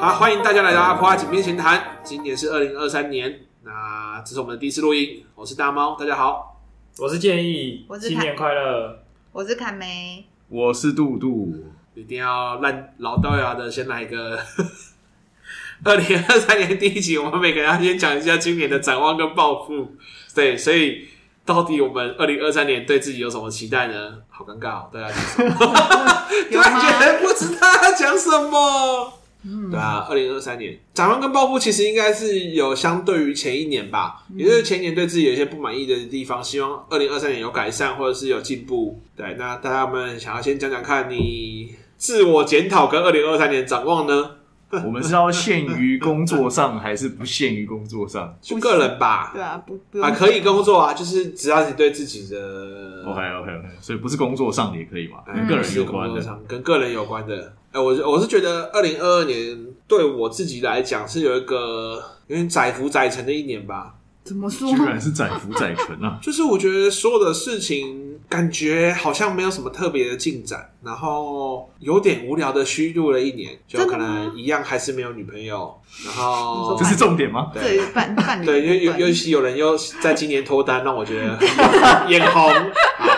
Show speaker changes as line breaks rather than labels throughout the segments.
好，欢迎大家来到阿婆阿井边闲谈。今年是二零二三年，那这是我们的第一次录音，我是大猫，大家好。
我是建议
我，是
新年快乐！
我是凯梅，
我是杜杜，
一定要烂老掉牙的，先来一个二零二三年第一集，我们每个人要先讲一下今年的展望跟抱负。对，所以到底我们二零二三年对自己有什么期待呢？好尴尬哦，对啊，突
有
然
吗？
间不知道要讲什么。对啊，二零二三年展望跟报复其实应该是有相对于前一年吧，也就是前一年对自己有一些不满意的地方，希望二零二三年有改善或者是有进步。对，那大家们想要先讲讲看你自我检讨跟二零二三年展望呢？
我们是要限于工作上还是不限于工作 上
就个人吧，
对啊，不不用
啊，可以工作啊，就是只要你对自己的
？OK OK OK，所以不是工作上的也可以嘛，
嗯
跟个人有关
工作
的。
上跟个人有关的。哎、我是我是觉得二零二二年对我自己来讲是有一个有点载浮载沉的一年吧。！
怎么说
居？然是载浮载沉啊
就是我觉得所有的事情感觉好像没有什么特别的进展，然后有点无聊的虚度了一年，就
真的
可
吗
能一样还是没有女朋友，然
你
后
说
这是重点吗？
对于 伴伴侣
对，
的
尤
部
尤尤
分
其有人又在今年脱单，让我觉得 眼红。好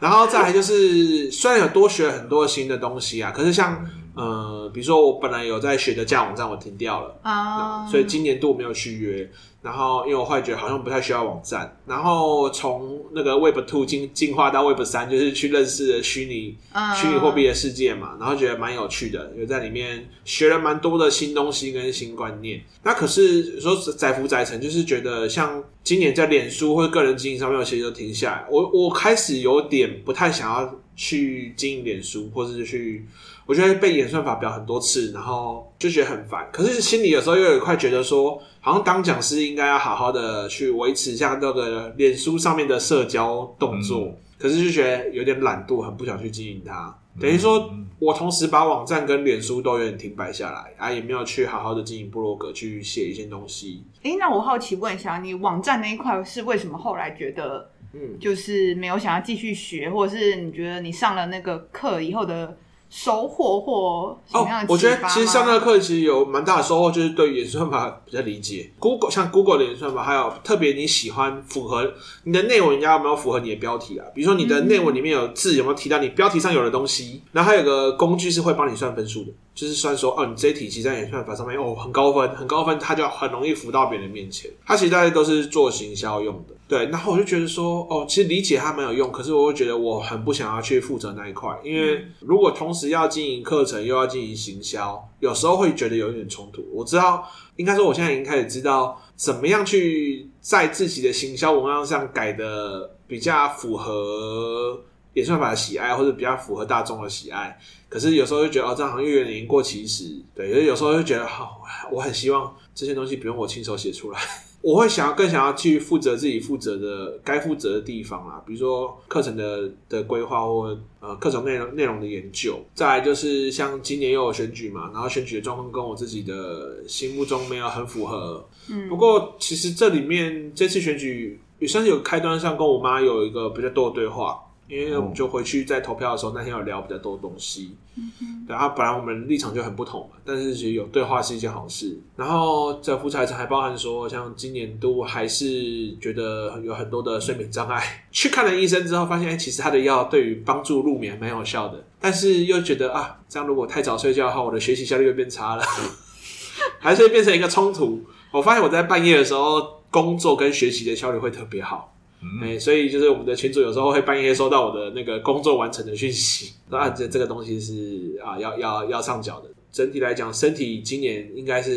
然后再来就是，虽然有多学了很多新的东西啊，可是像呃，比如说我本来有在学的架网站，我停掉了。
啊，
所以今年度没有续约。然后因为我后来觉得好像不太需要网站，然后从那个 Web Two 进进化到 Web 三，就是去认识了虚拟
嗯
虚拟货币的世界嘛，然后觉得蛮有趣的，有在里面学了蛮多的新东西跟新观念。那可是说载浮载沉，就是觉得像今年在脸书或者个人经营上面，我其实都停下来，我我开始有点不太想要去经营脸书，或者是去。我觉得被演算法表很多次，然后就觉得很烦。可是心里有时候又有一块觉得说，好像当讲师应该要好好的去维持一下那个脸书上面的社交动作，可是就觉得有点懒惰，很不想去经营它。等于说，我同时把网站跟脸书都有点停摆下来，啊，也没有去好好的经营部落格，去写一些东西。
哎，那我好奇问一下，你网站那一块是为什么后来觉得
嗯，
就是没有想要继续学，或者是你觉得你上了那个课以后的收获或什
哦
么样的，
我觉
启
得
发吗
其实上那个课其实有蛮大的收获，就是对演算法比较理解。Google 像 Google 的演算法，还有特别你喜欢符合你的内文，人家有没有符合你的标题啊？比如说你的内文里面有字有没有提到你标题上有的东西，然后还有个工具是会帮你算分数的，就是算说哦，你这一题其实在演算法上面哦很高分，很高分，它就很容易浮到别人面前。它其实大家都是做行销用的，对。然后我就觉得说哦，其实理解它蛮有用，可是我又觉得我很不想要去负责那一块，因为如果同时要经营课程又要经营行销，有时候会觉得有一点冲突。我知道，应该说我现在已经开始知道怎么样去在自己的行销文案上改的比较符合演算法的喜爱，或者比较符合大众的喜爱。可是有时候就觉得哦，这样好像又有点言过其实，对，因为有时候就觉得好、我很希望这些东西不用我亲手写出来。我会想要更想要去负责自己负责的该负责的地方啦，比如说课程的的规划或呃课程内容内容的研究。再来就是像今年又有选举嘛，然后选举的状况跟我自己的心目中没有很符合。
嗯
不过其实这里面这次选举也算是有开端上跟我妈有一个比较多的对话。因为我们就回去在投票的时候，那天有聊比较多东西，然后本来我们立场就很不同嘛，但是其实有对话是一件好事。然后这副财产还包含说，像今年度还是觉得有很多的睡眠障碍，去看了医生之后发现，哎，其实他的药对于帮助入眠蛮有效的，但是又觉得啊，这样如果太早睡觉的话，我的学习效率又变差了， 还是会变成一个冲突。我发现我在半夜的时候，工作跟学习的效率会特别好。哎、所以就是我们的群主有时候会半夜收到我的那个工作完成的讯息，说啊，这这个东西是啊要要要上缴的。整体来讲，身体今年应该是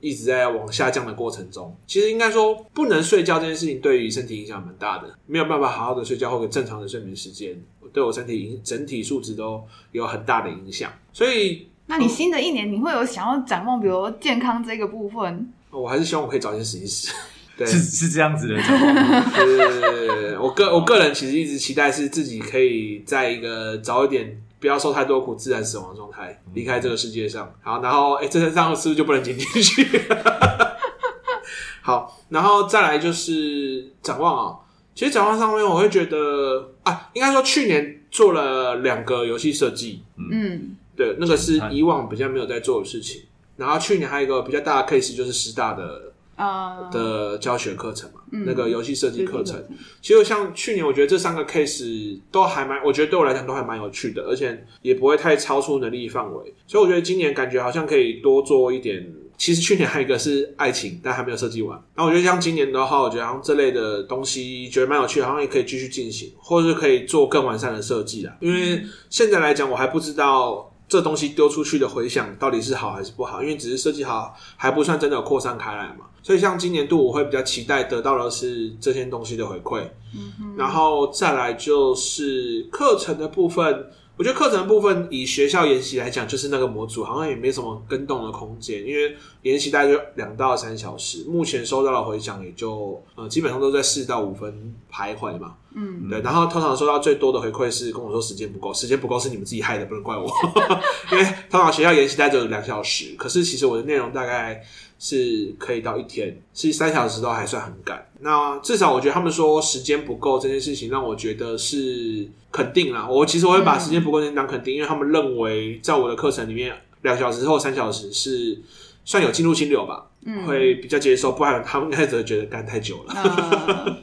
一直在往下降的过程中。其实应该说，不能睡觉这件事情对于身体影响蛮大的，没有办法好好的睡觉或者正常的睡眠时间，对我身体影整体素质都有很大的影响。所以
那你新的一年你会有想要展望，比如健康这个部分？
我还是希望我可以早一些实习室。 对，
是是这样子的状况，
是 我个我个人其实一直期待是自己可以在一个早一点。不要受太多苦，自然死亡的状态，离开这个世界上。好，然后哎、诶这这样是不是就不能剪进 去？好，然后再来就是展望啊、其实展望上面，我会觉得啊，应该说去年做了两个游戏设计，
嗯，
对，那个是以往比较没有在做的事情。然后去年还有一个比较大的 case 就是师大的
啊，
的教学课程嘛，
嗯
那个游戏设计
对
课程
对。对
其实像去年，我觉得这三个 case 都还蛮，我觉得对我来讲都还蛮有趣的，而且也不会太超出能力范围。所以我觉得今年感觉好像可以多做一点。其实去年还有一个是爱情，但还没有设计完。然后我觉得像今年的话，我觉得好像这类的东西觉得蛮有趣的，好像也可以继续进行，或者是可以做更完善的设计啦。因为现在来讲，我还不知道这东西丢出去的回响到底是好还是不好，因为只是设计好还不算真的有扩散开来嘛。所以像今年度，我会比较期待得到的是这些东西的回馈，
嗯
然后再来就是课程的部分。我觉得课程的部分以学校研习来讲，就是那个模组好像也没什么跟动的空间，因为研习大概就两到三小时，目前收到的回响也就呃基本上都在四到五分徘徊嘛。
嗯，
对，然后通常收到最多的回馈是跟我说时间不够，时间不够是你们自己害的，不能怪我。 因为通常学校研习大概只有两小时，可是其实我的内容大概是可以到一天，是三小时都还算很赶。那至少我觉得他们说时间不够这件事情，让我觉得是肯定啦。我其实我会
嗯
把时间不够这件事当肯定，因为他们认为在我的课程里面，两小时后三小时是算有进入心流吧，
嗯
会比较接受，不然他们应该只会觉得干太久了。
啊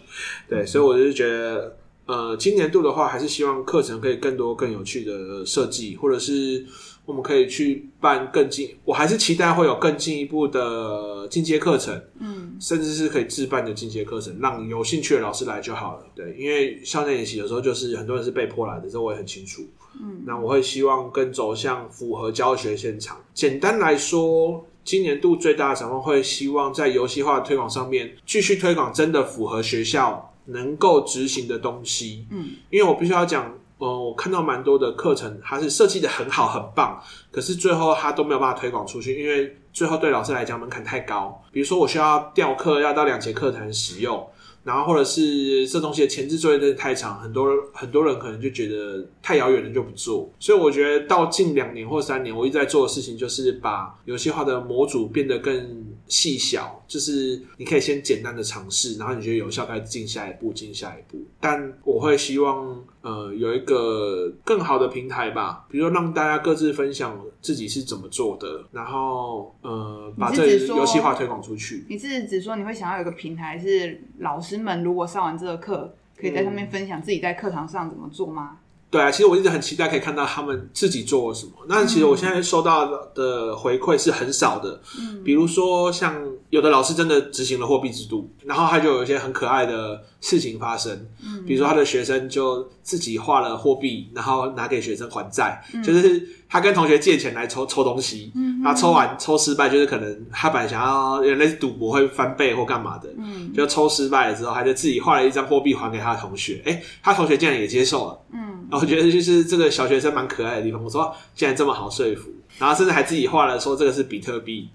对，所以我就是觉得，呃，今年度的话，还是希望课程可以更多、更有趣的设计，或者是我们可以去办更进，我还是期待会有更进一步的进阶课程，
嗯
甚至是可以自办的进阶课程，让有兴趣的老师来就好了。对，因为校内演习有时候就是很多人是被迫来的，这我也很清楚。
嗯
那我会希望更走向符合教学现场。简单来说，今年度最大的展望会希望在游戏化推广上面继续推广真的符合学校能够执行的东西。
嗯，
因为我必须要讲，呃，我看到蛮多的课程，它是设计的很好很棒，可是最后它都没有办法推广出去，因为最后对老师来讲门槛太高。比如说，我需要调课要到两节课才能使用。然后，或者是这东西的前置作业真的太长，很多很多人可能就觉得太遥远了就不做。所以我觉得到近两年或三年，我一直在做的事情就是把游戏化的模组变得更细小，就是你可以先简单的尝试，然后你觉得有效，该进下一步，进下一步。但我会希望呃有一个更好的平台吧，比如说让大家各自分享自己是怎么做的，然后呃把
你
这
是指说
游戏化推广出去。
你是指说你会想要有个平台，是老师们如果上完这个课，可以在上面分享自己在课堂上怎么做吗？
对啊，其实我一直很期待可以看到他们自己做了什么。那其实我现在收到的回馈是很少的，
嗯
比如说像有的老师真的执行了货币制度，然后他就有一些很可爱的事情发生，
嗯
比如说他的学生就自己画了货币，然后拿给学生还债，就是他跟同学借钱来抽抽东西，
嗯
他抽完抽失败，就是可能他本来想要有类似赌博会翻倍或干嘛的，
嗯
就抽失败了之后，他就自己画了一张货币还给他的同学，哎，他同学竟然也接受了。
嗯
然后我觉得就是这个小学生蛮可爱的地方。我说哦竟然这么好说服，然后甚至还自己画了说这个是比特 币，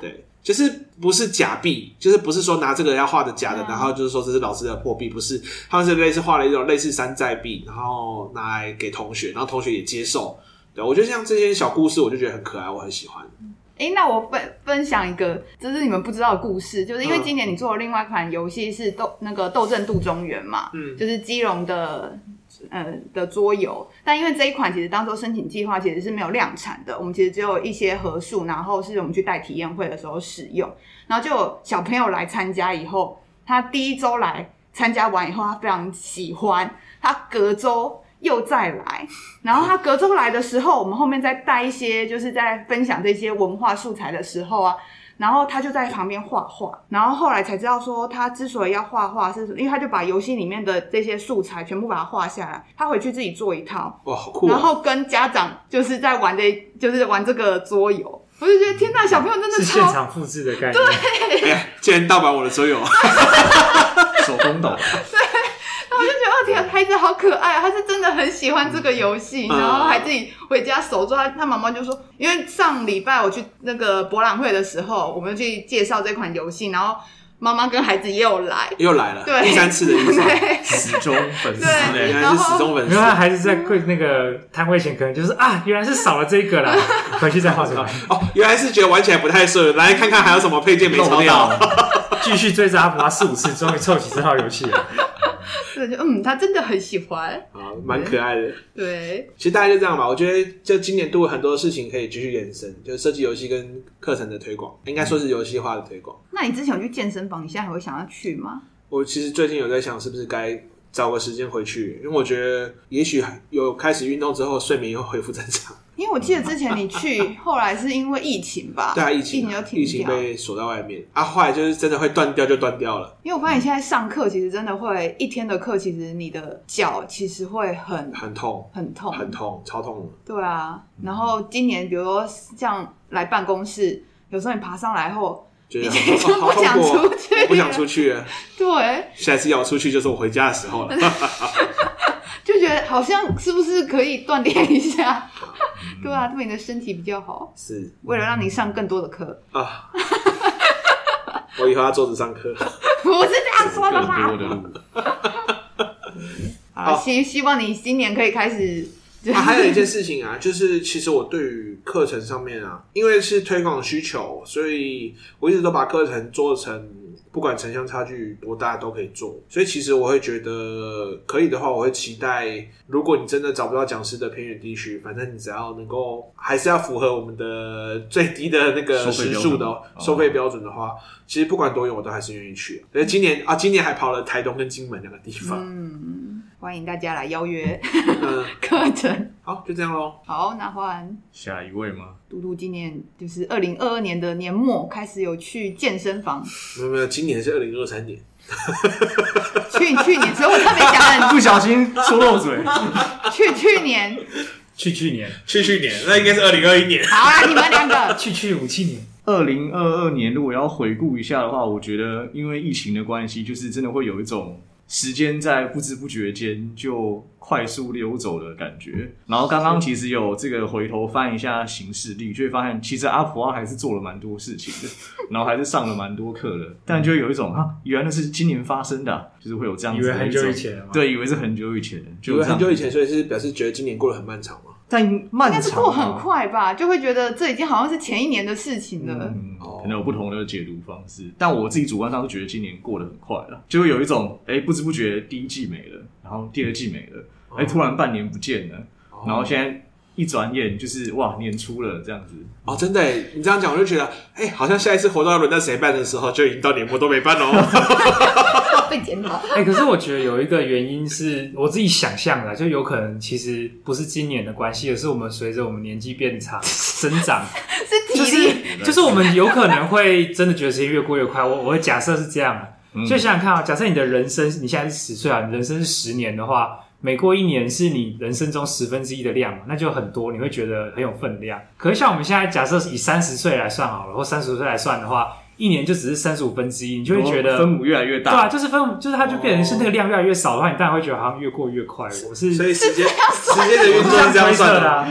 对，就是不是假币，就是不是说拿这个要画的假的，
嗯
然后就是说这是老师的破币，不是，他们是类似画了一种类似山寨币，然后拿来给同学，然后同学也接受。对，我觉得像这些小故事，我就觉得很可爱，我很喜欢。
哎、那我分分享一个，这是你们不知道的故事，就是因为
嗯
今年你做了另外一款游戏是斗那个斗阵渡中原嘛，
嗯
就是基隆的呃的桌游，但因为这一款其实当做申请计划其实是没有量产的，我们其实只有一些盒数，然后是我们去带体验会的时候使用，然后就有小朋友来参加以后，他第一周来参加完以后，他非常喜欢，他隔周。又再来，然后他隔周来的时候，我们后面再带一些，就是在分享这些文化素材的时候啊，然后他就在旁边画画，然后后来才知道说他之所以要画画是，因为他就把游戏里面的这些素材全部把它画下来，他回去自己做一套，
哇，好酷、
然
哦！
后跟家长就是在玩这，就是玩这个桌游，我就觉得天呐，小朋友真的
是现
超
场复制的概念。
哎呀，竟然盗版我的桌游，
手工岛，
我觉得啊孩子好可爱啊，他是真的很喜欢这个游戏，
嗯
然后还自己回家手做。他他妈妈就说，因为上礼拜我去那个博览会的时候，我们去介绍这款游戏，然后妈妈跟孩子也有来，
又来了，
对
第三次的意思。
对，
始终粉丝
对
嘞，
原来
然
是
后
死忠粉
没
丝
有，，他还是在柜那个摊位前，可能就是啊，原来是少了这个 啦，回去再画出来，
哦，原来是觉得玩起来不太顺，来看看还有什么配件没
漏
抽 到。
掉了，
继续追着阿普拉四五次，终于凑齐这套游戏了。
对，就嗯，他真的很喜欢。
啊，蛮可爱的。
对，
其实大概就这样吧。我觉得就今年度有很多事情可以继续延伸，就是设计游戏跟课程的推广，应该说是游戏化的推广。
那你之前有去健身房，你现在还会想要去吗？
我其实最近有在想，是不是该找个时间回去，因为我觉得也许有开始运动之后，睡眠又恢复正常。
因为我记得之前你去，后来是因为疫情吧？
对啊，疫
疫
情
情就
啊，
停
疫情
掉。
被锁在外面啊，后来就是真的会断掉就断掉了，
因为我发现现在上课其实真的会一天的课，其实你的脚其实会很
很痛，
很痛，
很痛，超痛的。
对啊。然
嗯
后今年比如说像来办公室，有时候你爬上来后，
就是
你已经
好好
不想
痛苦哦
出去
我不想出去了。
对，
下一次要我出去就是我回家的时 候了。
就觉得好像是不是可以锻炼一下？
嗯
对啊，对你的身体比较好。
是
为了让你上更多的课，
啊， 我以后要坐着上 课。
不是这样说的
更多
吧？
的啊路。
好，
好
希希望你今年可以开始。
啊，还有一件事情啊，就是其实我对于课程上面啊，因为是推广需求，所以我一直都把课程做成不管城乡差距多大都可以做。所以其实我会觉得可以的话，我会期待，如果你真的找不到讲师的偏远地区，反正你只要能够还是要符合我们的最低的那个
收费
时
标准
数的哦
哦
收费标准的话，其实不管多远我都还是愿意去。所以今年啊，今年还跑了台东跟金门两个地方。
嗯， 欢迎大家来邀约
嗯，
课程。
好，就这样喽。
好，那换
下一位吗？
嘟嘟今年就是二零二二年的年末开始有去健身房，
没有没有，今年是二零二三年。
去去年，所以我特别想问
不小心说漏嘴，
你，去去年，
去去年，啊
去去年，那应该是二零二一年。
好啦，你们两个，
去去五七年，
二零二二年如果要回顾一下的话，我觉得因为疫情的关系，就是真的会有一种时间在不知不觉间就快速溜走的感觉。然后刚刚其实有这个回头翻一下行事历，就会发现其实阿普阿还是做了蛮多事情的，然后还是上了蛮多课的，但就会有一种啊，原来那是今年发生的啊、就是会有这样
以
子的
为
一
很久
种
以，前了嘛。，
对，以为是很久以前，
因
就
为
这样
很久以前，所以是表示觉得今年过得很漫长嘛。
但漫
应该
长
是过
啊
很快吧，就会觉得这已经好像是前一年的事情了。
嗯
哦，
可能有不同的解读方式，但我自己主观上是觉得今年过得很快了，就会有一种哎、诶不知不觉第一季没了，然后第二季没了，哎、突然半年不见了，
哦
然后现在一转眼就是哇年初了这样子，
哦，真的耶，你这样讲我就觉得，哎、好像下一次活动要轮到谁办的时候，就已经到年末都没办哦。
被检讨。
哎、可是我觉得有一个原因是我自己想象的啊，就有可能其实不是今年的关系，而是我们随着我们年纪变 长、增长，
是体
就
力，
是就是我们有可能会真的觉得时间越过越快。我我会假设是这样啊，所以想想看啊，假设你的人生你现在是十岁啊，你人生是十年的话，每过一年是你人生中十分之一的量嘛，那就很多，你会觉得很有分量。可是像我们现在假设是以三十岁来算好了，或三十岁来算的话，一年就只是三十五分之一，你就会觉得
分母越来越
对啊，
大，
就是分，就是它就变成是那个量越来越少的话，你当然会觉得好像越过越快。我是
所以时间时间的运
我
作
是
是这样
推测
算
的、
的。
啊。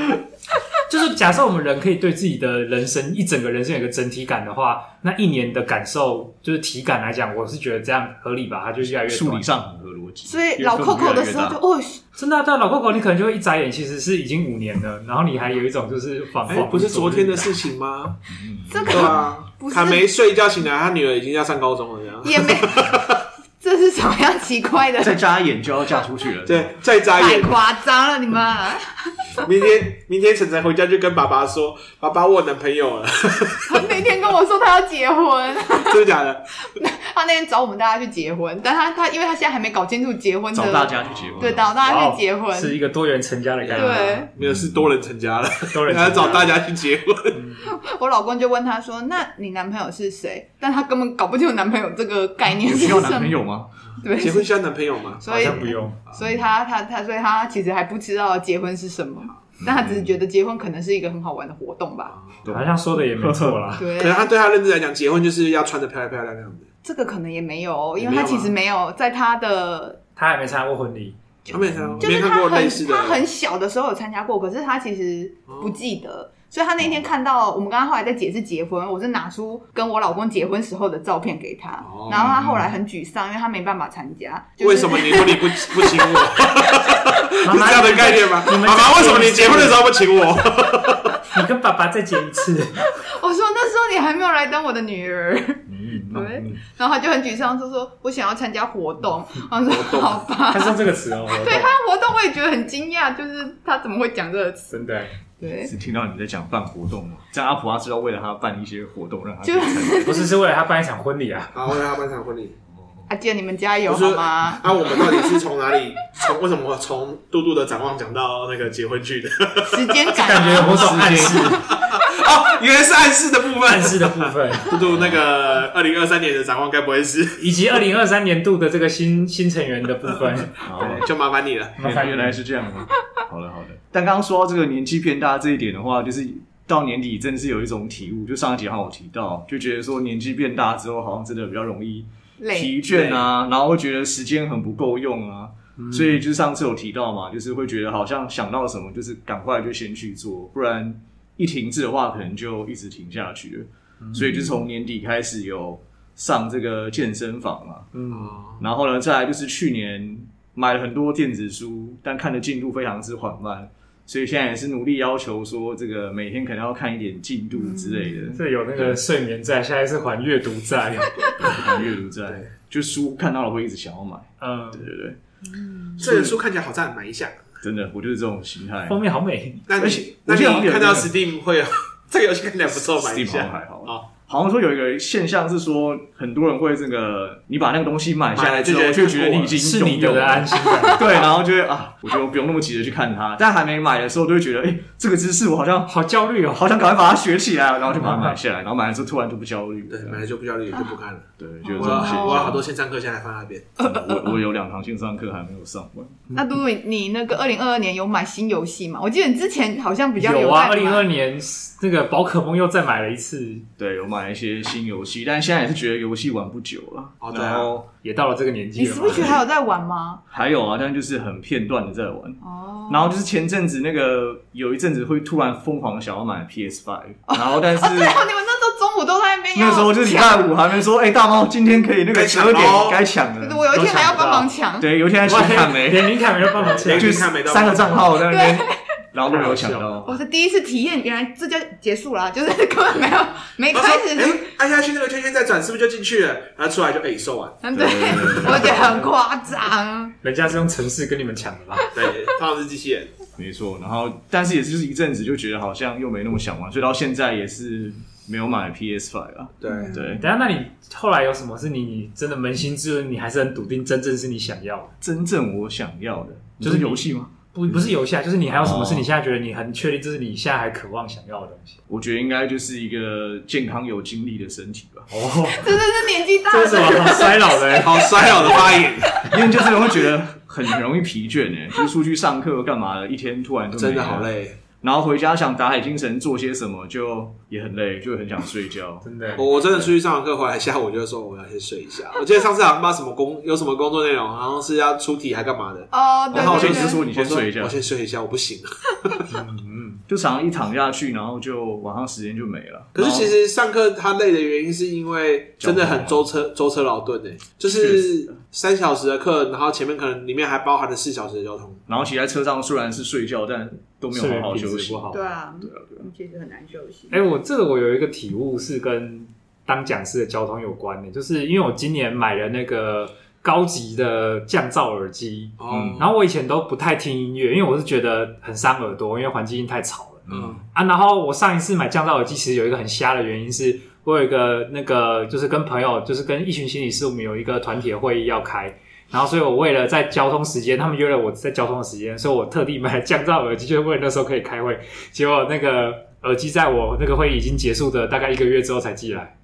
就是假设我们人可以对自己的人生一整个人生有一个整体感的话，那一年的感受就是体感来讲，我是觉得这样合理吧，它就越来越
数
短
理。上很合逻辑，
所以老扣扣的时候就
就
哦，
真的、啊，对啊老 Coco，你可能就会一眨眼，其实是已经五年了，然后你还有一种就是仿
哎、
佛、
不是昨天的事情吗？
嗯
哦这
对
个
啊
哎不，是
他没睡一觉醒来，他女儿已经要上高中了，这样。
也没，这是什么样奇怪的？
再眨眼就要嫁出去了，
对，再眨
太
眼，
夸张了，你们！
明天明天晨晨回家就跟爸爸说：“爸爸，我有男朋友了，
他那天跟我说他要结婚，
真的假的
他那天找我们大家去结婚，但他他因为他现在还没搞清楚结婚
找大
的，
家去结婚，
对，找大
哇
家
哦
去结婚，
是一啊个多元成家的概念，
对。？”
没有，是多人成家了，
多元
然后
成家。
找大家去结婚。
我老公就问他说：“那你男朋友是谁？”但他根本搞不清楚男朋友这个概念
有
是
需
什
要男朋
么。
友吗？
对，
结婚需要男朋友吗？
好
所以
像不用，
所以他他他所以他其实还不知道结婚是什么，
嗯
但他只是觉得结婚可能是一个很好玩的活动吧。
好像说的也没错啦。
对
嗯
啊嗯
可，能他对他认知来讲，结婚就是要穿的漂漂亮亮的。
这个可能也没有，因
也没有啊
为他
吗
其实没有在他的，
他还没参加过 婚礼，
他没看过，
就
没
是
看
他
过类
很
似的。
他很小的时候有参加过，可是他其实不记
哦
得。所以他那天看到我们刚刚后来在解释结婚，我是拿出跟我老公结婚时候的照片给他，
哦
然后他后来很沮丧，因为他没办法参加。就是
为什 么你婚礼不不请我？是
妈
这样的概念吗？妈妈，为什么你结婚的时候不请我？
你跟爸爸再结一次，
我说那时候你还没有来当我的女儿，
嗯，嗯
对
嗯
然后他就很沮丧，就说：“我想要参加活动。”我说：“好吧。
他是用这个词哦，我
对
懂
他活动，我也觉得很惊讶，就是他怎么会讲这个词？
真的
对，
是听到你在讲办活动嘛？这样阿普阿是要为了他办一些活动，让他
就
不是是为了他办一场婚礼啊，
好，我要办场婚礼。
阿健，你们加油
不是
好吗？
啊，我们到底是从哪里？从为什么从杜杜的展望讲到那个结婚去的？
时间感
感觉有
啊，
某种暗示
哦，原来是暗示的部
暗
分。
示的部 分，
杜杜那个二零二三年的展望，该不会是？
以及二零二三年度的这个新新成员的部分，
好
对就麻烦你了。
麻烦
原来是这样吗？好的好的。但刚刚说到这个年纪变大这一点的话，就是到年底真的是有一种体悟，就上一集好像有提到，就觉得说年纪变大之后，好像真的比较容易
累，
疲倦啊，然后会觉得时间很不够用啊。所以就是上次有提到嘛，就是会觉得好像想到什么，就是赶快就先去做，不然一停滞的话，可能就一直停下去了。所以就从年底开始有上这个健身房嘛，
嗯，
哦
然后呢，再来就是去年买了很多电子书，但看的进度非常之缓慢，所以现在也是努力要求说，这个每天可能要看一点进度之类 的，
这有那个睡眠在，下一次还阅读 在，
看阅读在，就书看到了会一直想要买，
嗯，
对对对，
这本书看起来好赞，买一下。
真的，我就是这种心态。
封面好美，
那
而且
你那
我记得好像
你
有
看到
那个
Steam 会有 这个游戏看起来不错，买一
Steam 好像
下。
还好，
哦
好像说有一个现象是说，很多人会这个，你把那个东西买下
买
来
了
之
就
后，
觉得
就觉得
看过
你
了
已经
是你
拥有
的啊
了
安心感，
对，然后就会啊，我就不用那么急着去看它，但还没买的时候，都会觉得，哎、这个知识我好像
好焦虑哦，
好想赶快把它学起来，然后就把它买下来，然后买了之后突然就不焦虑
对，买
了。
了就不焦虑，就不看了。
对，就有
我
这种
有
现
好
象。
我有好多线上课现在放在那边。
我我有两堂线上课还没有上完，
那嘟嘟，你你那个二零二二年有买新游戏吗？我记得你之前好像比较
有啊，
在
二零
买
二年那个宝可梦又再买了一次，
对，有买一些新游戏，但现在也是觉得游戏玩不久了。
哦对啊
然后
也到了这个年
你
纪了嘛。
Switch 还有在玩吗？
还有啊，但就是很片段的在玩。
哦，
然后就是前阵子那个有一阵子会突然疯狂想要买 PS Five，然后但是
啊，对啊，你们那时候中午都在那边要
那时候就是礼拜五还没说，哎，大猫今天可以那个
该
十
抢哦
二点
咯
该抢
抢，
了。
我有一天还要帮忙抢，
对，有一天在抢看没，
连林凯梅都帮忙抢
连
就
林
是
凯梅都
三个账号在那边，然后都没有抢
太好
到。
我是第一次体验，原来这就结束了啊，就是 根本没有没
我
开
说，
始，
哎，按下去那个圈圈再转，是不是就进去了？然后出来就哎，收完。
嗯，
对
对，
对对
我觉得很夸张。
人家是用城市跟你们抢的吧？
对，通常是机器人。
没错，然后但是也是就是一阵子就觉得好像又没那么想玩，所以到现在也是没有买 PS Five 啊。
对，
对，
等一下，那你后来有什么是你真的扪心自问，你还是很笃定，真正是你想要的？
真正我想要的
就是
你说游戏吗？
不不
嗯
是游戏啊，就是你还有什么
哦
是你现在觉得你很确定，这是你现在还渴望想要的东西？
我觉得应该就是一个健康有精力的身体吧，
哦，
这真的是年纪大
这是什
了，
么好衰老的、欸？
好衰哦老的发言，
因为就真的会觉得很很容易疲倦哎、就是出去上课干嘛的，一天突然就没
真的
了
好，累。
然后回家想打海精神做些什么，就也很累，就很想睡觉。
真的
我我真的出去上完课回来，下午我就说我要先睡一下。我记得上次好像不知道什么工有什么工作内容，好像是要出题还干嘛的。
哦，对
然后我
对
就
对
只是说你先
我说
睡一觉
我，先睡一下，我不行。啊
嗯，
就常常一躺下去，然后就晚上时间就没了。
可是
然后
其实上课他累的原因，是因为真的很舟车舟车劳顿呢，欸就是三小时的课，然后前面可能里面还包含了四小时的交通。
然后其实在车上虽然是睡觉，但都没有好好休息
不。好。
对啊，
对啊，对啊，
你其实很难休息
哎、。我这个我有一个体悟是跟当讲师的交通有关的、就是因为我今年买了那个高级的降噪耳机，
哦，
然后我以前都不太听音乐，因为我是觉得很伤耳朵，因为环境音太吵了。
嗯，
啊，然后我上一次买降噪耳机，其实有一个很瞎的原因是，我有一个那个就是跟朋友，就是跟一群心理师，我们有一个团体的会议要开，然后所以我为了在交通时间，他们约了我在交通的时间，所以我特地买了降噪耳机，就是为了那时候可以开会。结果那个耳机在我那个会议已经结束的大概一个月之后才寄来。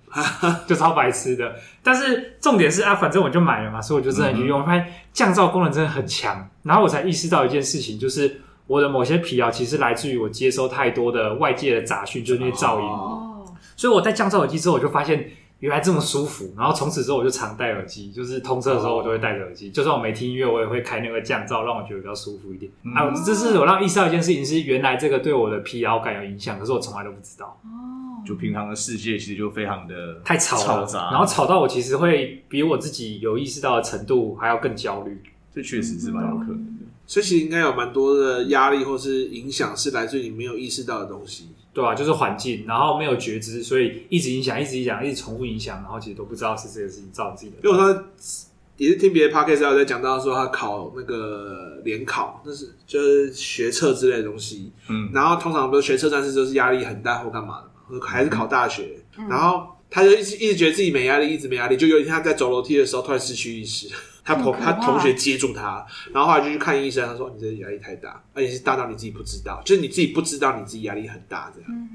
就超白痴的，但是重点是啊，反正我就买了嘛，所以我就真的去用，发现降噪功能真的很强。然后我才意识到一件事情，就是我的某些疲劳其实来自于我接收太多的外界的杂讯，就是那些噪音。
哦
哦，
所以我戴降噪耳机之后，我就发现原来这么舒服。然后从此之后，我就常戴耳机，就是通车的时候我都会戴着耳机，就算我没听音乐，我也会开那个降噪，让我觉得比较舒服一点。
嗯
啊，这是我让意识到一件事情，是原来这个对我的疲劳感有影响，可是我从来都不知道。
就平常的世界其实就非常的
太吵了，
杂，
然后吵到我其实会比我自己有意识到的程度还要更焦虑。
这确实是蛮有可能的。
所以其实应该有蛮多的压力或是影响是来自于你没有意识到的东西。
对吧、就是环境，然后没有觉知，所以一直影响，一直影响，一直重复影响，然后其实都不知道是这个事情造成自己的。
因为我上次也是听别的 podcast 有在讲到说他考那个联考，那是就是学测之类的东西，
嗯，
然后通常不是学车站是就是压力很大或干嘛的嘛，还是考大学，
嗯
然后他就一直一直觉得自己没压力，一直没压力，就有一天他在走楼梯的时候突然失去意识， 他同
很可怕
他同学接住他，然后后来就去看医生，他说你这压力太大，而且是大到你自己不知道，就是你自己不知道你自己压力很大这样，
嗯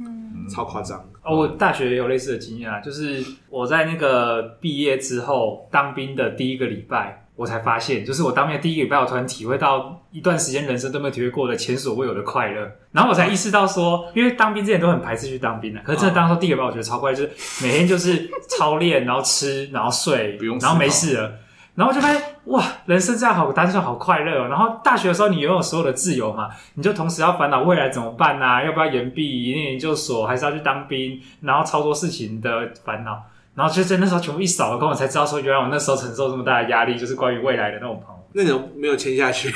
哼，
超夸张。
哦，我大学也有类似的经验啊，就是我在那个毕业之后当兵的第一个礼拜，我才发现，就是我当兵的第一个礼拜，我突然体会到一段时间人生都没有体会过的前所未有的快乐。然后我才意识到说，因为当兵之前都很排斥去当兵的、啊可是真的当时候第一个礼拜，我觉得超快乐，就是每天就是操练，然后吃，然后睡，
不用思
然
考
后没事了。然后我就发现哇，人生这样好单纯，好快乐哦。然后大学的时候，你拥有所有的自由嘛，你就同时要烦恼未来怎么办啊，要不要延毕、念研究所，还是要去当兵，然后超多事情的烦恼。然后就在那时候全部一扫而空，我才知道说，原来我那时候承受这么大的压力，就是关于未来的那种彷徨。
那种没有签下去，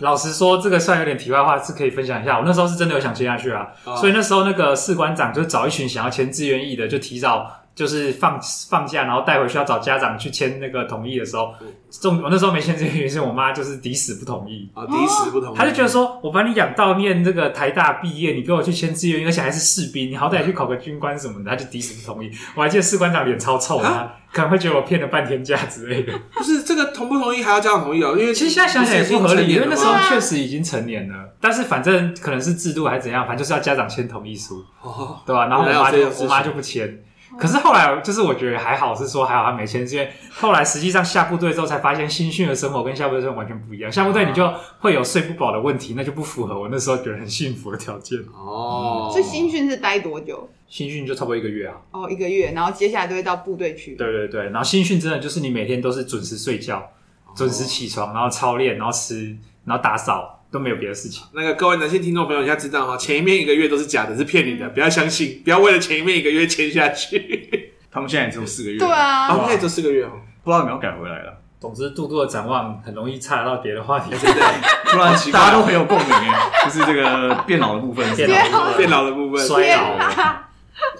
老实说，这个算有点题外话，是可以分享一下。我那时候是真的有想签下去 啊，
哦
所以那时候那个士官长就找一群想要签志愿意的，就提早就是放放假，然后带回去要找家长去签那个同意的时候
嗯，
重我那时候没签志愿意，是我妈就是抵死不同意。
啊，抵死不同意，
他就觉得说，我把你养到念这个台大毕业，你给我去签志愿役，而且还是士兵，你好歹也去考个军官什么的，他就抵死不同意。我还记得士官长脸超臭的啊，可能会觉得我骗了半天假之类的。
不是这个同不同意还要家长同意哦，因为
其实现在想想也不合理，因为那时候
对啊
确实已经成年了，但是反正可能是制度还是怎样，反正就是要家长签同意书，
哦，
对吧、然后我妈
原来有这
就
种事
我
情
妈就不签。可是后来，就是我觉得还好，是说还好他没签，是因为后来实际上下部队之后才发现，新训的生活跟下部队生活完全不一样。下部队你就会有睡不饱的问题，那就不符合我那时候觉得很幸福的条件。
哦，
所以新训是待多久？
新训就差不多一个月啊。
哦，一个月，然后接下来就会到部队去。
对对对，然后新训真的就是你每天都是准时睡觉、准时起床，然后操练，然后吃，然后打扫，都没有别的事情。
那个各位男性听众朋友，你要知道哈，前一面一个月都是假的，是骗你的，不要相 信，不要为了前一面一个月签下去。
他们现在也只有四个月，
对，啊，
啊，那这四个月哦，
不知道有没有改回来了，
总之，杜杜的展望很容易岔到别的 话题。
不然
奇怪
大家都很有共鸣哎，就是这个变老的部分，
啊
变老
哦
变老的部 分，
衰老了，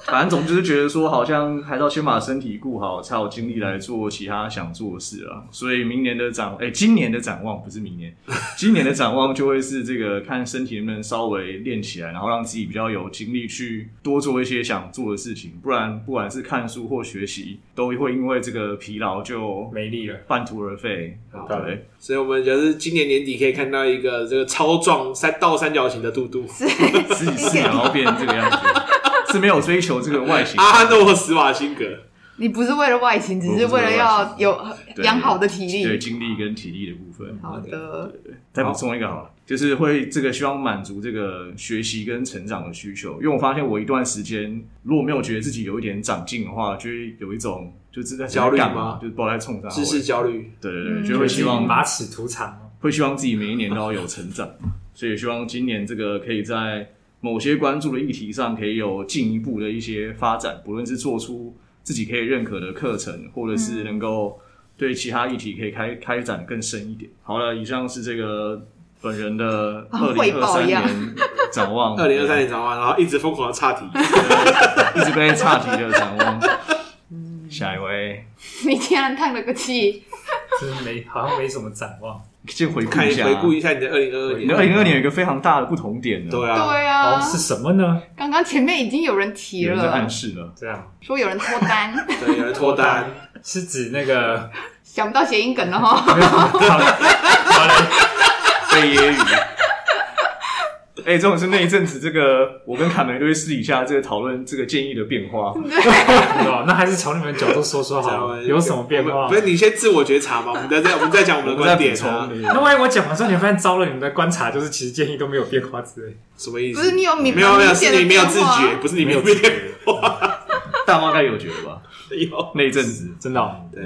反正总就是觉得说，好像还是要先把身体顾好，才有精力来做其他想做的事啊。所以明年的展，哎、今年的展望不是明年， 今年的展望就会是这个，看身体能不能稍微练起来，然后让自己比较有精力去多做一些想做的事情。不然，不管是看书或学习，都会因为这个疲劳就
没力了。
半途而废。
好
对，
所以我们就是今年年底可以看到一个这个超壮三倒三角形的肚 肚，
自己是然后变成这个样子，是没有追求这个外 形。
啊
阿诺斯瓦辛格。
你不是为了外形，只是为了要有
对
养好的体
对
力。
精力跟体力的部分，
好的，
再补充一个好了，就是会这个希望满足这个学习跟成长的需求，因为我发现我一段时间如果没有觉得自己有一点长进的话，就会有一种就是在
焦虑
干
吗
嘛，就是不知道在冲啥。
知识焦虑，
对对
嗯
对，就会希望
马齿涂长哦。
会希望自己每一年都要有成长，所以希望今年这个可以在某些关注的议题上可以有进一步的一些发展，不论是做出自己可以认可的课程，或者是能够对其他议题可以开开展更深一点。
嗯
好了，以上是这个本人的二
汇
零二
报
三
一样
年 展望，
啊二零二三年展望，然后一直疯狂的岔 题。
一直被岔题的展望。下一位，
你竟然叹了个气，
就 是没好像没什么展望。
先回顾
看
一
一
下，
啊
回顾一下你的二零二二
你的
年，
二零二年有一个非常大的不同点呢，
对啊，
对
哦
啊，，
是什么呢？
刚刚前面已经有人提
有人在暗
了，
示了。
这样
说有人脱单，
对，有人脱单，
是指 那个
想不到谐音梗了哈。
被揶揄。 哎、这种是那一阵子，这个我跟卡梅都会私底下这个讨论这个建议的变 化。
哦，那还是从你们角度说说好了，有什么变
我们
化
不？是你先自我觉察嘛，我们再再我们再讲我们的
我们
观
再补
点
充
啊，
那万一我讲完之后，你们发现糟了，你们的观察就是其实建议都没有变化之类，
什么意思？
不是你有明
没有没有
明显的
是你没有
变
自
化啊
觉，不是你没有自觉，
大妈该有觉 得吧？
有
那一阵子，
真的哦。
对，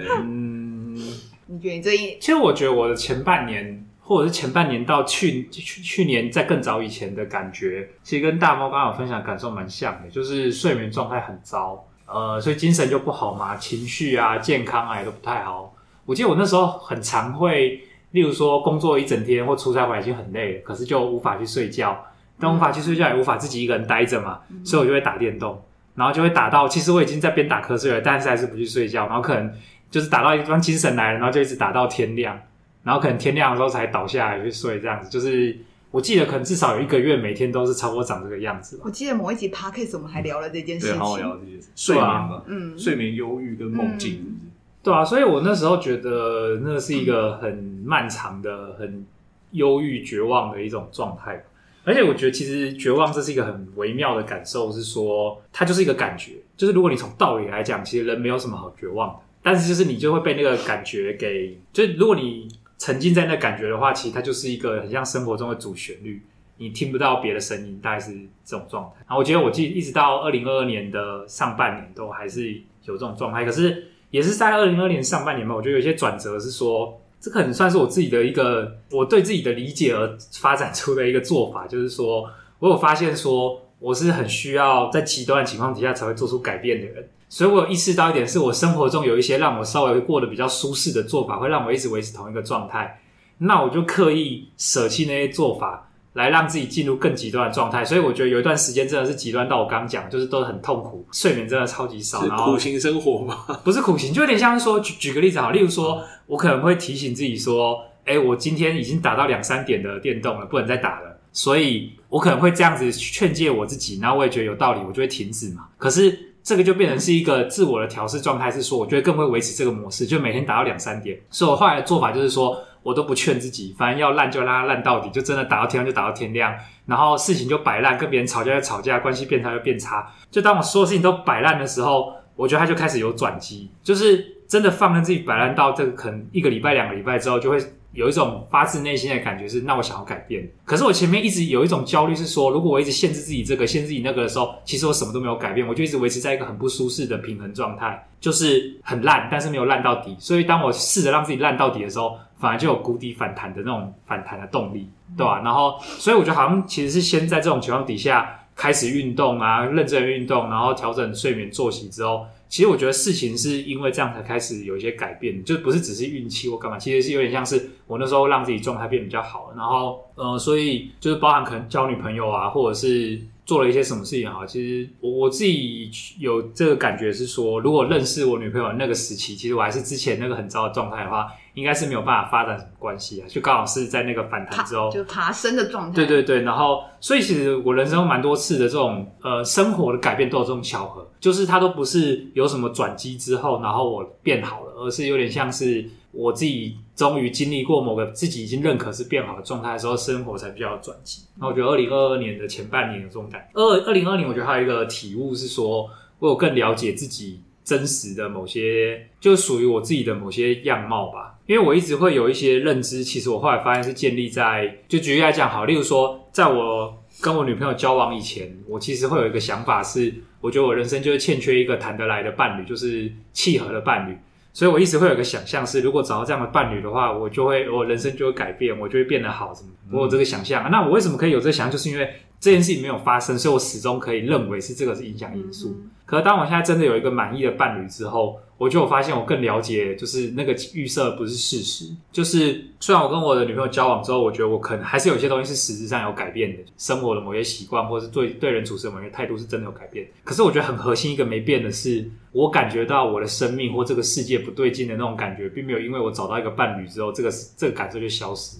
你觉得你最近
其实我觉得我的前半年，或者是前半年到去去去年在更早以前的感觉，其实跟大猫刚刚有分享的感受蛮像的，就是睡眠状态很糟，呃，所以精神就不好嘛，情绪啊、健康啊也都不太好。我记得我那时候很常会，例如说工作一整天或出差回来已经很累了，可是就无法去睡觉，但无法去睡觉，也无法自己一个人待着嘛，所以我就会打电动，然后就会打到，其实我已经在边打瞌睡了，但是还是不去睡觉，然后可能就是打到一方精神来了，然后就一直打到天亮，然后可能天亮的时候才倒下来去睡，这样子就是我记得可能至少有一个月每天都是差不多长这个样子吧。
我记得某一集 podcast 我们还聊了这件事
对，好好
情。
聊这些睡眠嘛，
嗯，
睡眠忧郁跟梦境是不是
对啊，所以我那时候觉得那是一个很漫长的、很忧郁、绝望的一种状态。而且我觉得，其实绝望这是一个很微妙的感受，是说它就是一个感觉，就是如果你从道理来讲，其实人没有什么好绝望的，但是就是你就会被那个感觉给，就是如果你沉浸在那感觉的话，其实它就是一个很像生活中的主旋律，你听不到别的声音，大概是这种状态。然后我觉得我记一直到二零二二年的上半年都还是有这种状态，可是也是在二零二年上半年嘛，我觉得有一些转折是说，这可能算是我自己的一个我对自己的理解而发展出的一个做法，就是说我有发现说我是很需要在极端的情况底下才会做出改变的人，所以我有意识到一点，是我生活中有一些让我稍微过得比较舒适的做法，会让我一直维持同一个状态，那我就刻意舍弃那些做法。来让自己进入更极端的状态，所以我觉得有一段时间真的是极端到我刚讲，就是都很痛苦，睡眠真的超级少，
是
然后
苦行生活嘛？
不是苦行，就有点像是说，举举个例子好，例如说，我可能会提醒自己说，哎、我今天已经打到两三点的电动了，不能再打了，所以我可能会这样子劝诫我自己，然后我也觉得有道理，我就会停止嘛。可是这个就变成是一个自我的调试状态，是说，我觉得更会维持这个模式，就每天打到两三点。所以我后来的做法就是说。我都不劝自己，反正要烂就让它烂到底，就真的打到天亮就打到天亮，然后事情就摆烂，跟别人吵架就吵架，关系变差就变差，就当我所有事情都摆烂的时候，我觉得他就开始有转机，就是真的放任自己摆烂到这个可能一个礼拜、两个礼拜之后，就会有一种发自内心的感觉是，那我想要改变。可是我前面一直有一种焦虑，是说如果我一直限制自己这个、限制自己那个的时候，其实我什么都没有改变，我就一直维持在一个很不舒适的平衡状态，就是很烂，但是没有烂到底。所以当我试着让自己烂到底的时候，反而就有谷底反弹的那种反弹的动力，对吧、然后，所以我觉得好像其实是先在这种情况底下开始运动啊，认真地运动，然后调整睡眠作息之后，其实我觉得事情是因为这样才开始有一些改变，就不是只是运气或干嘛，其实是有点像是我那时候让自己状态变比较好，然后呃，所以就是包含可能交女朋友啊，或者是做了一些什么事情也好，其实我我自己有这个感觉是说，如果认识我女朋友那个时期，其实我还是之前那个很糟的状态的话，应该是没有办法发展什么关系啊，就刚好是在那个反
爬
弹之后
就爬升的状态。
对对对，然后所以其实我人生蛮多次的这种呃生活的改变都有这种巧合，就是它都不是有什么转机之后，然后我变好了，而是有点像是我自己终于经历过某个自己已经认可是变好的状态的时候，生活才比较有转机。那我觉得二零二二年的前半年有这种感觉，二二零二零我觉得还有一个体悟是说，我有更了解自己真实的某些，就属于我自己的某些样貌吧。因为我一直会有一些认知，其实我后来发现是建立在，就举例来讲好，例如说，在我跟我女朋友交往以前，我其实会有一个想法是，我觉得我人生就是欠缺一个谈得来的伴侣，就是契合的伴侣。所以我一直会有一个想象是，如果找到这样的伴侣的话，我就会哦我人生就会改变，我就会变得好什么。我有这个想象、啊那我为什么可以有这个想象，就是因为这件事情没有发生，所以我始终可以认为是这个是影响因素。可是当我现在真的有一个满意的伴侣之后，我就有发现我更了解，就是那个预设不是事实。就是虽然我跟我的女朋友交往之后，我觉得我可能还是有些东西是实质上有改变的，生活的某些习惯，或者是对对人处事的某些态度是真的有改变。可是我觉得很核心一个没变的是，我感觉到我的生命或这个世界不对劲的那种感觉，并没有因为我找到一个伴侣之后，这个这个感受就消失。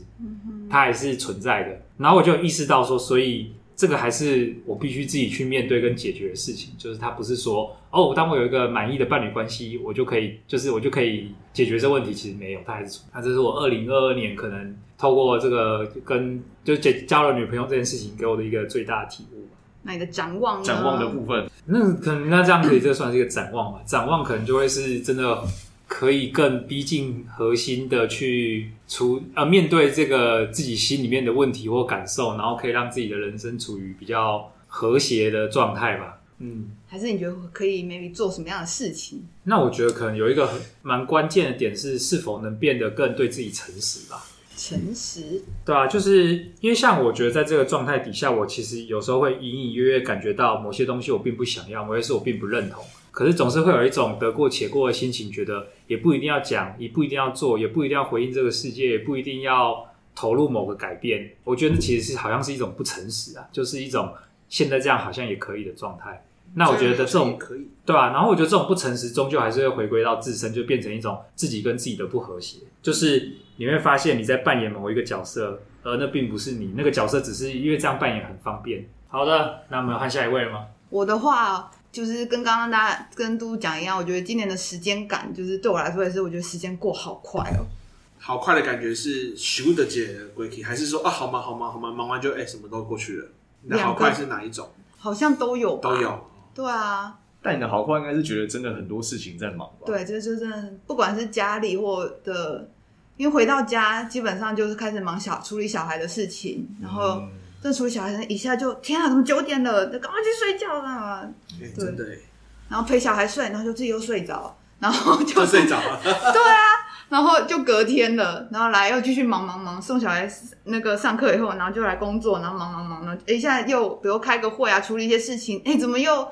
它还是存在的。然后我就有意识到说，所以这个还是我必须自己去面对跟解决的事情，就是它不是说哦，当我有一个满意的伴侣关系，我就可以，就是我就可以解决这问题。其实没有，它还是存在。那这是我二零二二年可能透过这个跟就结交了女朋友这件事情给我的一个最大的体悟吧。
那你的展望呢？
展望的部分，
那可能那这样可以，这算是一个展望吧。展望可能就会是真的可以更逼近核心的去处呃面对这个自己心里面的问题或感受，然后可以让自己的人生处于比较和谐的状态吧。嗯，
还是你觉得可以 maybe 做什么样的事情？
那我觉得可能有一个很蛮关键的点是是否能变得更对自己诚实吧。
诚实，
对啊，就是因为像我觉得在这个状态底下，我其实有时候会隐隐约约感觉到某些东西我并不想要，某些事我并不认同。可是总是会有一种得过且过的心情，觉得也不一定要讲，也不一定要做，也不一定要回应这个世界，也不一定要投入某个改变，我觉得其实是好像是一种不诚实啊，就是一种现在这样好像也可以的状态。那我觉得这
也
种
可以，
对吧、然后我觉得这种不诚实，终究还是会回归到自身，就变成一种自己跟自己的不和谐。就是你会发现你在扮演某一个角色，而那并不是你，那个角色只是因为这样扮演很方便。好的，那我们换下一位了吗？
我的话就是跟刚刚大家跟嘟嘟讲一样，我觉得今年的时间感，就是对我来说也是，我觉得时间过好快哦。
好快的感觉是咻的姐的归期，还是说啊好忙好忙好忙，忙完就哎、什么都过去了？你的好快是哪一种？
好像都有吧
都。有。
对啊，
但你的好快应该是觉得真的很多事情在忙吧？，
对，就是真的，不管是家里或的，因为回到家基本上就是开始忙小处理小孩的事情，然后
嗯
正处理小孩，一下就天啊，怎么九点了？赶快去睡觉啦！
哎、真的、哎，
然后陪小孩睡，然后就自己又睡着，然后就
就睡着了。
然后就隔天了，然后来又继续忙忙忙，送小孩那个上课以后，然后就来工作，然后忙忙忙，然后一下又比如开个会啊，处理一些事情，哎，怎么又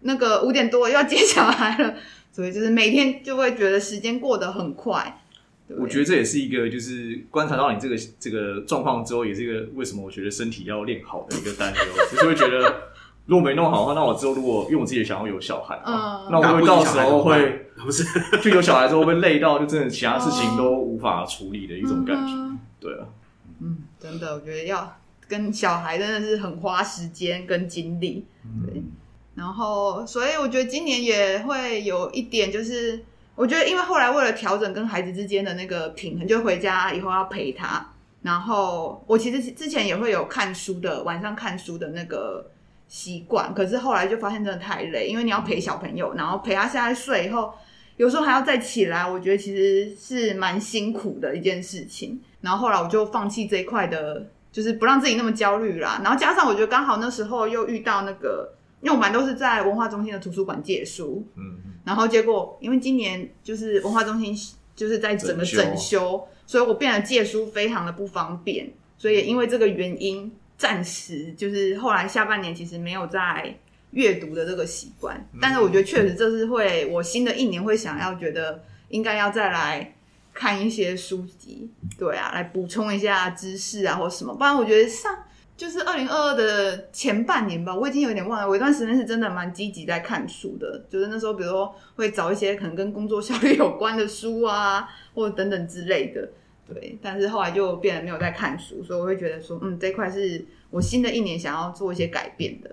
那个五点多又要接小孩了？所以就是每天就会觉得时间过得很快。对
我觉得这也是一个，就是观察到你这个这个状况之后，也是一个为什么我觉得身体要练好的一个担忧， 就是会觉得如果没弄好的话，那我之后如果因为我自己也想要有小孩嘛，
嗯
那我会不会到时候会
打不赢小孩怎么办不是？
就有小孩之后会累到，就真的其他事情都无法处理的一
一
种感觉。
嗯
对啊，
嗯，真的，我觉得要跟小孩真的是很花时间跟精力。然后，所以我觉得今年也会有一点，就是我觉得，因为后来为了调整跟孩子之间的那个平衡，就回家以后要陪他。然后我其实之前也会有看书的，晚上看书的那个习惯，可是后来就发现真的太累，因为你要陪小朋友，然后陪他下来睡以后，有时候还要再起来，我觉得其实是蛮辛苦的一件事情。然后后来我就放弃这一块的，就是不让自己那么焦虑啦。然后加上我觉得刚好那时候又遇到那个，因为我们都是在文化中心的图书馆借书，
嗯，
然后结果因为今年就是文化中心就是在整个
整修
整修，所以我变得借书非常的不方便，所以也因为这个原因，暂时就是后来下半年其实没有在阅读的这个习惯，
嗯
但是我觉得确实这是会我新的一年会想要觉得应该要再来。看一些书籍，对啊，来补充一下知识啊，或什么。不然我觉得上就是二零二二的前半年吧，我已经有点忘了。我一段时间是真的蛮积极在看书的，就是那时候，比如说会找一些可能跟工作效率有关的书啊， 或等等之类的。对，但是后来就变得没有在看书，所以我会觉得说，嗯，这一块是我新的一年想要做一些改变的。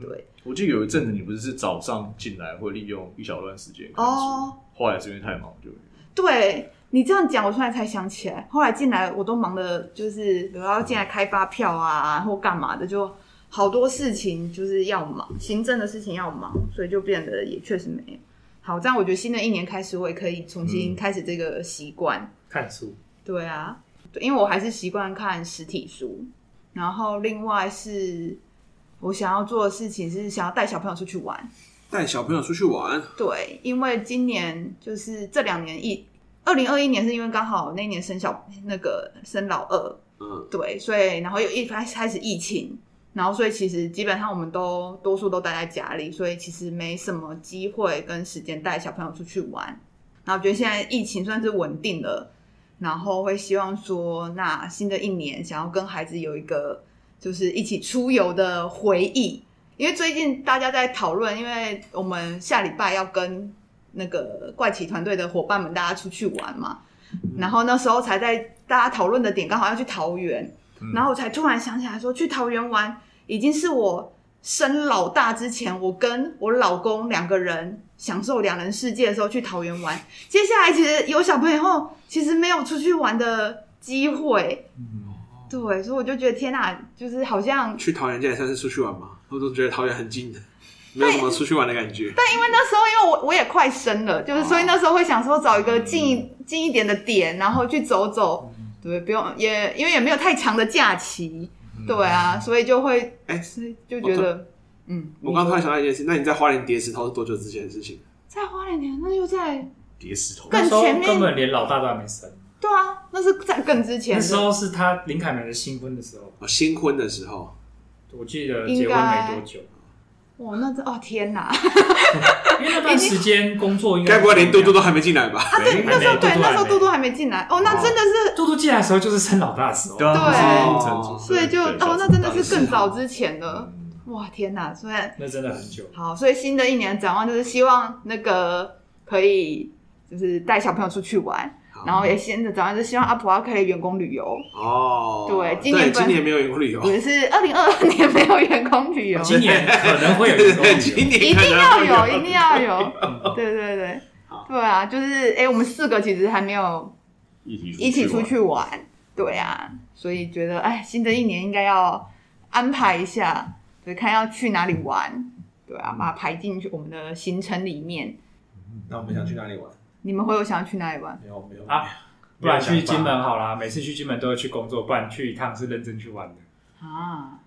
对，
我记得有一阵子你不是是早上进来会利用一小段时间看书，
哦，
后来是因为太忙就
对你这样讲，我突然才想起来，后来进来我都忙的，就是比如要进来开发票啊，或干嘛的，就好多事情就是要忙，行政的事情要忙，所以就变得也确实没有。好，这样我觉得新的一年开始，我也可以重新开始这个习惯。
看书，
对啊，对，因为我还是习惯看实体书。然后另外是我想要做的事情是想要带小朋友出去玩。
带小朋友出去玩，
对，因为今年就是这两年一，二零二一年是因为刚好那一年生小那个生老二，
嗯，
对，所以然后又一开开始疫情，然后所以其实基本上我们都多数都待在家里，所以其实没什么机会跟时间带小朋友出去玩。然后我觉得现在疫情算是稳定了，然后会希望说，那新的一年想要跟孩子有一个就是一起出游的回忆，因为最近大家在讨论，因为我们下礼拜要跟那个怪奇团队的伙伴们大家出去玩嘛，然后那时候才在大家讨论的点刚好要去桃园，然后我才突然想起来说，去桃园玩已经是我生老大之前，我跟我老公两个人享受两人世界的时候去桃园玩。接下来其实有小朋友以后，其实没有出去玩的机会。对，所以我就觉得天哪，就是好像
去桃园这也算是出去玩吗？我都觉得桃园很近的，没有什么出去玩的感觉。
但因为那时候，因为我我也快生了，
哦
就是所以那时候会想说找一个
嗯
近近一点的点，然后去走走，对，不用也因为也没有太长的假期，
嗯
对啊，所以就会
哎
所以就觉得嗯，
我刚刚突然想到一件事，那你在花莲叠石头是多久之前的事情？
再花两年，那就在
叠石头。
更
那时候
前面
根本连老大都还没生，
对啊，那是在更之前
那
的
时候是他林凯梅的新婚的时候，
哦，新婚的时候，
我记得结婚没多久，
哇，那这哦天哪！
因为那段时间工作应该
该不会连嘟嘟都还没进来吧？
啊，
哎
对，
还没
那时候
嘟
对
嘟还没
那时候嘟嘟还没进来哦，那真的是，
嘟嘟进来的时候就是升老大的时候，
对啊，就是成
对
绩
所以就
对
哦，那真的是更早
小
之前了。
嗯
哇，天哪！所以
那真的很久。
好，所以新的一年的展望就是希望那个可以就是带小朋友出去玩，然后也新的展望就是希望阿普阿可以员工旅游。
哦，
对今
对，
年
今年没有员工
哦
旅游，哦
也是二零二 二年没有员工旅游，
今年可能会有
啊对
员工旅
对，
游
今年
一
可
定
能
要
会
有，一定要 有，对对对，对啊，就是哎、我们四个其实还没有一
一
起
起
出
出去玩，
去玩，对啊，所以觉得哎，新的一年应该要安排一下，对，看要去哪里玩，对啊，把它排进去我们的行程里面。
那我们想去哪里玩？
你们会有想要去哪里玩？
没有没有
啊不然去金门好啦，每次去金门都要去工作，不然去一趟是认真去玩的。
啊？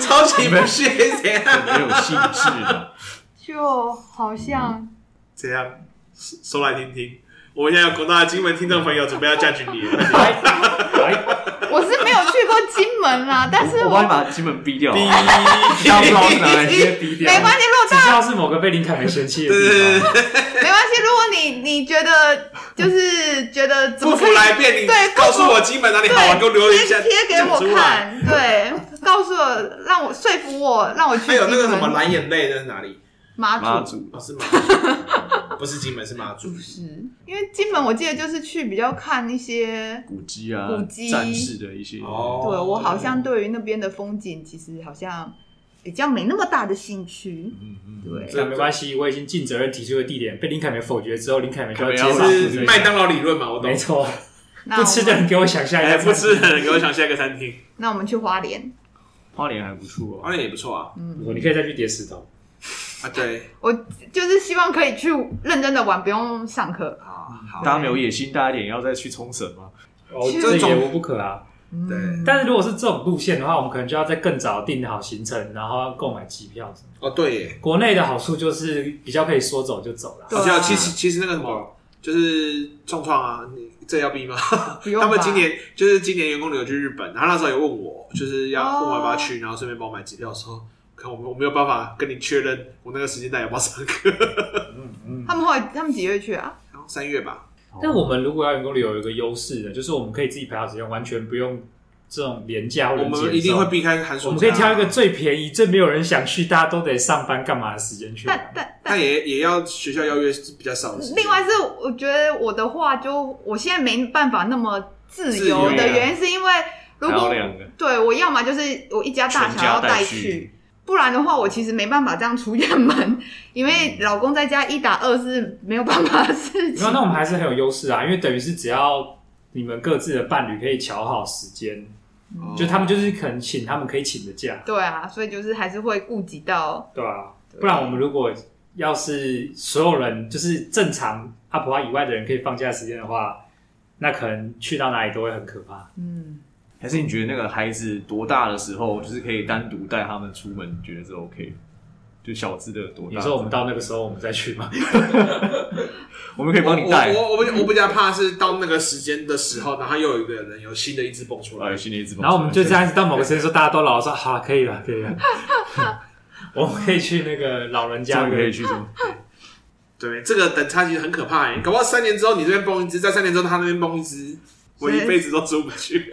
超级不屑，怎样
没有兴致的。
就好像、
怎样？说来听听。我们现在有广大的金门听众朋友准备要嫁娶你了，
来来，
我是没有去过金 门啦，但是
我
我
帮你把金门逼掉，
逼
要不然哪来直接逼掉？
没关系，如果
只知道是某个被林凯文嫌弃的地方，
没关系，如果你你觉得就是觉得 怎
不
么可
服
以
来辩，你
对
告诉我金门哪里好玩，给我留言
对
一下，
贴贴给
讲
我
出来。
看，对，告诉我让我说服我让我去
还有那个什么
金门
蓝眼泪，那是哪里？
马
妈
祖。
祖
哦，是马祖， 不是金门，是马祖。
是因为金门，我记得就是去比较看一些，
古迹啊
古迹，
战士的一些
哦，
对我好像对于那边的风景其实好像比较没那么大的兴趣。
嗯嗯，
对，
那没关系，我已经尽责任提出的地点被林凯文否决之后，林凯文就要接
凯文要
受
负
是
责
麦当劳理论嘛，我懂
没。错，
那
嗯
不
我们
吃的人给我想象一
哎，
下，
不吃的人给我想下一个餐厅，
那我们去花莲。
花莲还不错
好
啊。
像也不错
嗯
啊。
我，你可以再去叠石头。
啊，对
我就是希望可以去认真的玩，不用上课。
啊，好
大家没有野心大一点，要再去冲绳吗？
哦，
其实
这
这
也
种
无不可啊。
嗯
对
但是如果是这种路线的话，我们可能就要在更早定好行程，然后购买机票什么的。
哦，对耶，
国内的好处就是比较可以说走就走啦。
对啊
而且其实其实那个什么，就是创创啊，你这要逼吗？
不用 吧
他们今年就是今年员工旅游去日本，他那时候也问我，就是要
哦
问我要不要去，然后顺便帮我买机票的时候，看我没我没有办法跟你确认我那个时间段有没有上课，
他们后来他们几月去啊？
然后三月吧，
哦
但我们如果要员工旅游，有一个优势的，就是我们可以自己排好时间，完全不用这种廉价或
我
者
们一定会。避开寒暑假，
我们可以挑一个，最便宜、最没有人想去、大家都得上班干嘛的时间去玩。
但但
但也也要学校邀约是比较少的时间。
另外是我觉得我的话就我现在没办法那么自由
自
的
由啊
原因是因为如
还有
果
两个，
对我要么就是我一家大小要带
全家带
去
去，
不然的话我其实没办法这样出远门，因为老公在家一打二是没有办法的事
没有，
情。
啊那我们还是很有优势啊，因为等于是只要你们各自的伴侣可以瞧好时间，
哦
就他们就是可能请他们可以请的假，
对啊，所以就是还是会顾及到，
对吧、不然我们如果要是所有人就是正常阿婆阿啊以外的人可以放假时间的话，那可能去到哪里都会很可怕。
嗯，
还是你觉得那个孩子多大的时候，就是可以单独带他们出门，你觉得是 OK？就小资的多大？
你说我们到那个时候我们再去吗？
我们可以帮你带
哦我，我我比我比较怕是到那个时间的时候，然后又有一个人有新的一只蹦出来
呃，，心里一直。
然后我们就这样子到某个时间说大家都老了，说好了可以了，可以了， 我们可以去那个老人
这
家
样
那
可以
个
去中
对，这个等差其实很可怕哎、搞不好三年之后你这边崩一只，在三年之后他那边崩一只，我一辈子都出不去。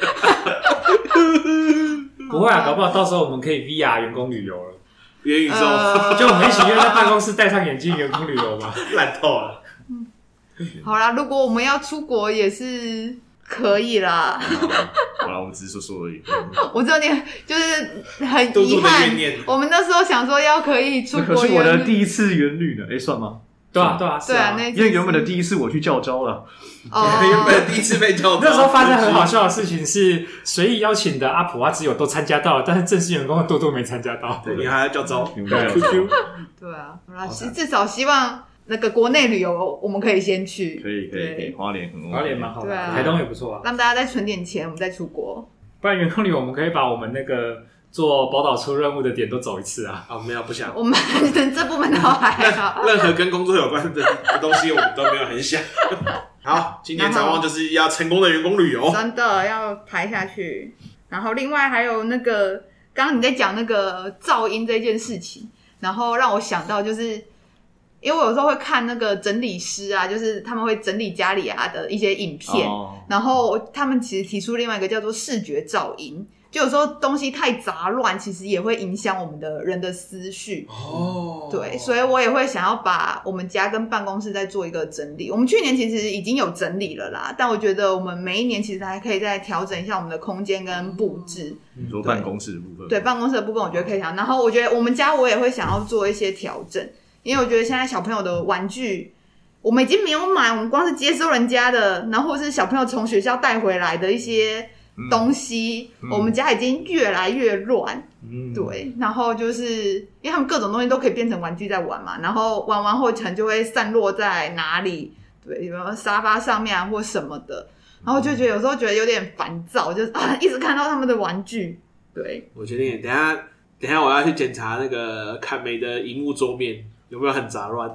不会啊，搞不好到时候我们可以 VR 员工旅游了。
元宇宙
呃
就我们一起约在办公室戴上眼镜员工旅游 嘛。
烂透了，
好啦，如果我们要出国也是可以啦。
好了，我们只是说说而已。
我知道你就是很
嘟
遗
嘟的
憾
怨念，
我们那时候想说要可以出
那可
国
是
游
我的第一次远旅呢，哎，算吗？
对啊，对啊，是
对啊，那
因为原本的第一次我去教招了，
原
哦，
本第一次被叫到，
那时候发生很好笑的事情是，随意邀请的阿普阿之友都参加到了，但是正式员工的多多没参加到。
对，你还要叫 招
你们
对
教 招
对啊，好啦，其实至少希望那个国内旅游我们可以先去，
可以可以可以，
对，
花莲很 OK
花莲蛮好
对
玩，
啊
台东也不错啊。
让大家再存点钱，我们再出国。
不然员工旅游我们可以把我们那个做宝岛出任务的点都走一次啊。
哦，没有不想，
我们 这部分倒还好，
任何跟工作有关的东西我们都没有很想。 好，今年展望就是要成功的员工旅游，
真的要排下去。然后另外还有那个刚刚你在讲那个噪音这件事情，然后让我想到就是。因为我有时候会看那个整理师啊，就是他们会整理家里啊的一些影片，
哦
然后他们其实提出另外一个叫做视觉噪音，就有时候东西太杂乱，其实也会影响我们的人的思绪。
哦
对，所以我也会想要把我们家跟办公室再做一个整理。我们去年其实已经有整理了啦，但我觉得我们每一年其实还可以再调整一下我们的空间跟布置。
嗯
你说办公室的部分，
对，办公室的部分，我觉得可以想。然后我觉得我们家我也会想要做一些调整，因为我觉得现在小朋友的玩具。我们已经没有买，我们光是接收人家的，然后或是小朋友从学校带回来的一些
嗯
东西，我们家已经越来越乱。
嗯，
对，然后就是因为他们各种东西都可以变成玩具在玩嘛，然后玩完后可能就会散落在哪里，对，比如说沙发上面啊或什么的，然后就觉得有时候觉得有点烦躁，就是啊一直看到他们的玩具，对，
我决定等一下等一下我要去检查那个凯美的荧幕桌面有没有很杂乱。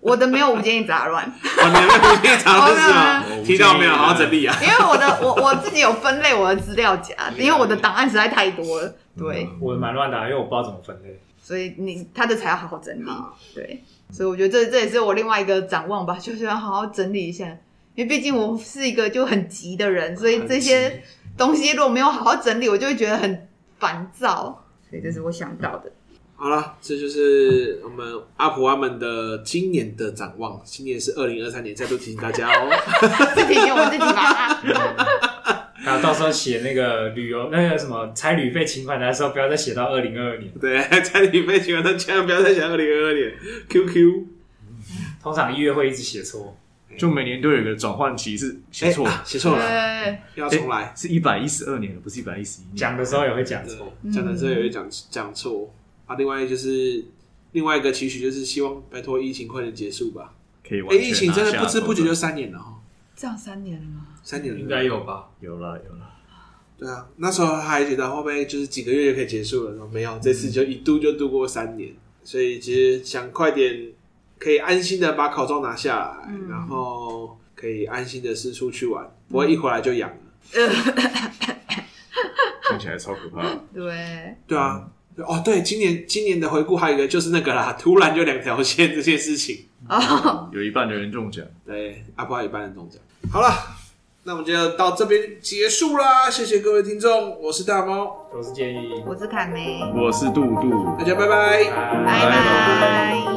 我的没有无间一杂乱，
哦，你们不经常是吗啊
哦？
听到没有？好好整理啊！
因为我的我我自己有分类我的资料夹，因为我的档案实在太多了，对，
我蛮乱的啊、因为我不知道怎么分类。
所以你他的才要好好整理
好，
对，所以我觉得这这也是我另外一个展望吧， 就是要好好整理一下，因为毕竟我是一个就很急的人，所以这些东西如果没有好好整理，我就会觉得很烦躁，所以这是我想到的。
好了，这就是我们阿普阿们的今年的展望。今年是二零二三年，再度提醒大家 哦。
是提醒我自己吧，
然后到时候写那个旅游那个什么差旅费请款单的时候，不要再写到二零二二年。
对，在你被喜欢的千万不要再想二零二二年。QQ，
通常一月会一直写错，
就每年都有一个转换期是写错
哎
了，哎
啊写错了，
对，
要重来。
是一百一十二年了，不是一百一十一年。
讲的时候也会
哎
讲
对
错。
讲的时候也会讲讲错啊。另外就是另外一个期许，就是希望拜托疫情快点结束吧。
可以完
哎，
全
疫情真
拿
的
下
不知不觉
手
就
段
三年了哦，
这样三年了吗？
三年了，
嗯应该有吧？
有了有了，
对啊，那时候还觉得会不会就是几个月就可以结束了，没有，这次就一度就度过三年，所以其实想快点可以安心的把口罩拿下来，
嗯
然后可以安心的四处去玩，不会一回来就痒了。
听起来超可怕。
对，
对啊，哦对，今年今年的回顾还有一个就是那个啦，突然就两条线这件事情，
哦，
有一半的人中奖，
对，阿婆一般人中奖。好了，那我们就到这边结束啦，谢谢各位听众，我是大猫，
我是建议，
我是凯梅，
我是杜杜，
大家拜拜。
拜
拜拜。